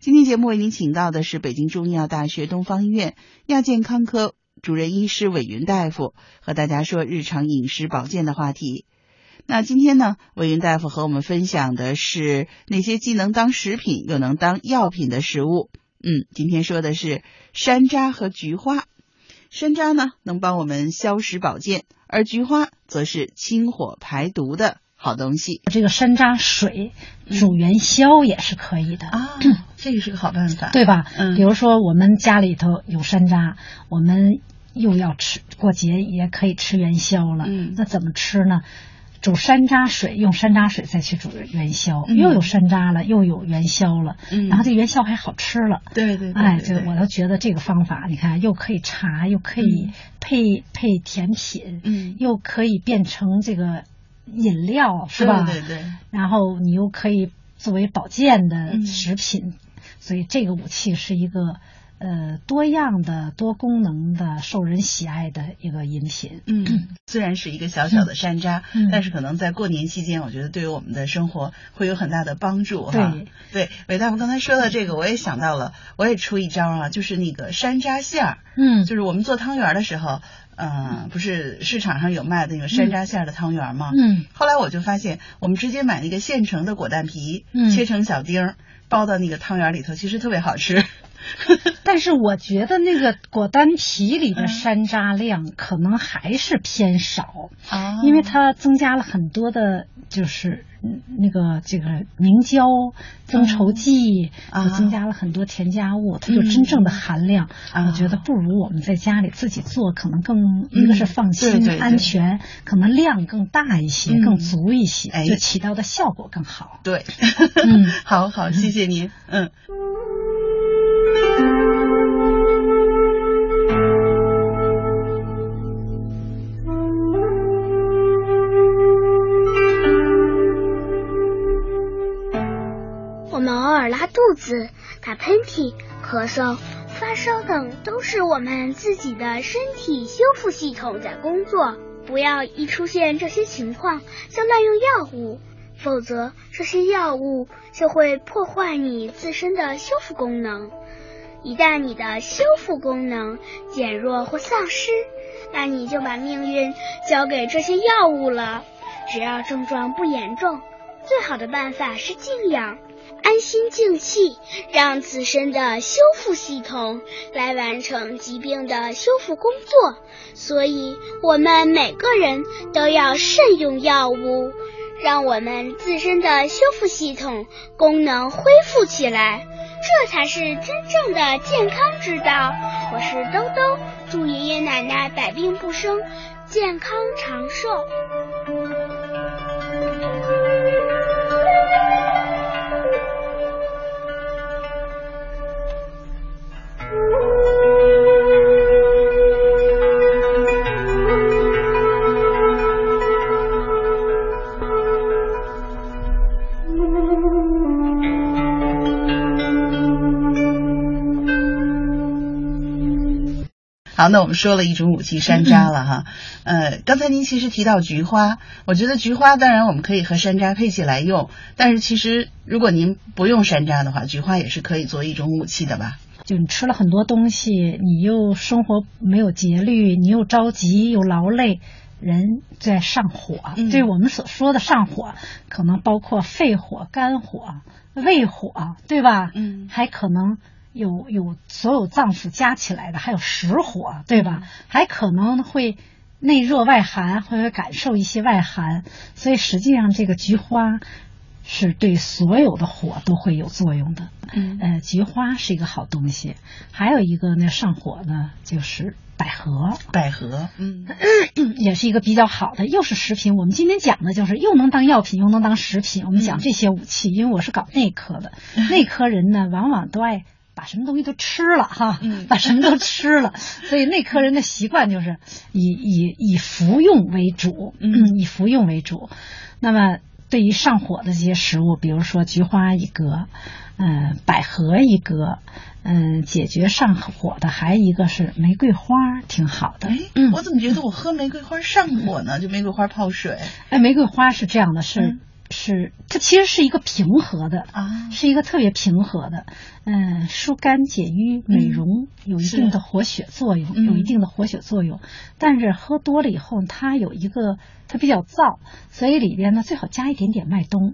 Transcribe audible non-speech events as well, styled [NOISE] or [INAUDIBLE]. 天节目为您请到的是北京中医药大学东方医院亚健康科主任医师韦云大夫，和大家说日常饮食保健的话题。那今天呢，韦云大夫和我们分享的是那些既能当食品又能当药品的食物。嗯，今天说的是山楂和菊花。山楂呢，能帮我们消食保健，而菊花则是清火排毒的好东西。这个山楂水煮元宵也是可以的，嗯啊，这个是个好办法。对吧？嗯比如说我们家里头有山楂，我们又要吃过节也可以吃元宵了，嗯那怎么吃呢？煮山楂水，用山楂水再去煮元宵，嗯又有山楂了，又有元宵了，嗯然后这元宵还好吃了。对对对哎，对就对我都觉得这个方法，你看又可以茶，又可以嗯配、配甜品，嗯又可以变成这个饮料，是吧？对对对然后你又可以作为保健的嗯食品，所以这个武器是一个呃多样的、多功能的、受人喜爱的一个饮品。嗯， [CLEARS THROAT] 虽然是一个小小的山楂，嗯但是可能在过年期间，我觉得对于我们的生活会有很大的帮助哈。对，对，韦大夫刚才说到这个，我也想到了，我也出一招啊，就是那个山楂馅儿，嗯就是我们做汤圆儿的时候，嗯，不是市场上有卖的那个山楂馅儿的汤圆儿吗？嗯后来我就发现，我们直接买那个现成的果蛋皮，嗯切成小丁儿，包到那个汤圆儿里头，其实特别好吃。但是我觉得那个果丹皮里嗯的山楂量可能还是偏少， [LAUGHS] 啊因为它增加了很多的，就是嗯那个这个凝胶、增稠剂，啊又增加了很多添加物，它就真正的含量，啊我觉得不如我们在家里自己做，可能更一个是放嗯对心、对对安全，可能量更大一些、嗯更足一些，哎就起到的效果更好。 [LAUGHS] 对，嗯好好，谢谢您，嗯。我们偶尔拉肚子、打喷嚏、咳嗽、发烧等，都是我们自己的身体修复系统在工作。不要一出现这些情况就滥用药物，否则这些药物就会破坏你自身的修复功能。一旦你的修复功能减弱或丧失，那你就把命运交给这些药物了。只要症状不严重，最好的办法是静养，安心静气，让自身的修复系统来完成疾病的修复工作。所以，我们每个人都要慎用药物，让我们自身的修复系统功能恢复起来。这才是真正的健康之道。我是兜兜，祝爷爷奶奶百病不生，健康长寿。好，那我们说了一种武器山楂了哈，呃，刚才您其实提到菊花，我觉得菊花当然我们可以和山楂配起来用，但是其实如果您不用山楂的话，菊花也是可以作为一种武器的吧？就你吃了很多东西，你又生活没有节律，你又着急又劳累，人在上火。嗯对我们所说的上火，可能包括肺火、肝火、胃火，对吧？嗯还可能有有所有脏腑加起来的，还有实火，对吧？嗯还可能会内热外寒，会感受一些外寒，所以实际上这个菊花是对所有的火都会有作用的。嗯呃，菊花是一个好东西，还有一个呢上火呢就是百合，百合，嗯也是一个比较好的，又是食品。我们今天讲的就是又能当药品，又能当食品。我们嗯讲这些武器，因为我是搞内科的，内科人呢往往都爱把什么东西都吃了哈，嗯把什么都 [LAUGHS] 吃了，所以内科人的习惯就是以以以服用为主，嗯以服用为主。那么对于上火的这些食物，比如说菊花一个，嗯，百合一个，嗯，解决上火的还一个是玫瑰花，挺好的。哎，嗯我怎么觉得我喝玫瑰花上火呢？就玫瑰花泡水，哎，玫瑰花是这样的，是、嗯是它其实是一个平和的，啊，是一个特别平和的，嗯，疏肝解郁、美容，有一嗯是定的活血作用，有一嗯定的活血作用。但是喝多了以后，它有一个它比较燥，所以里边呢最好加一点点麦冬。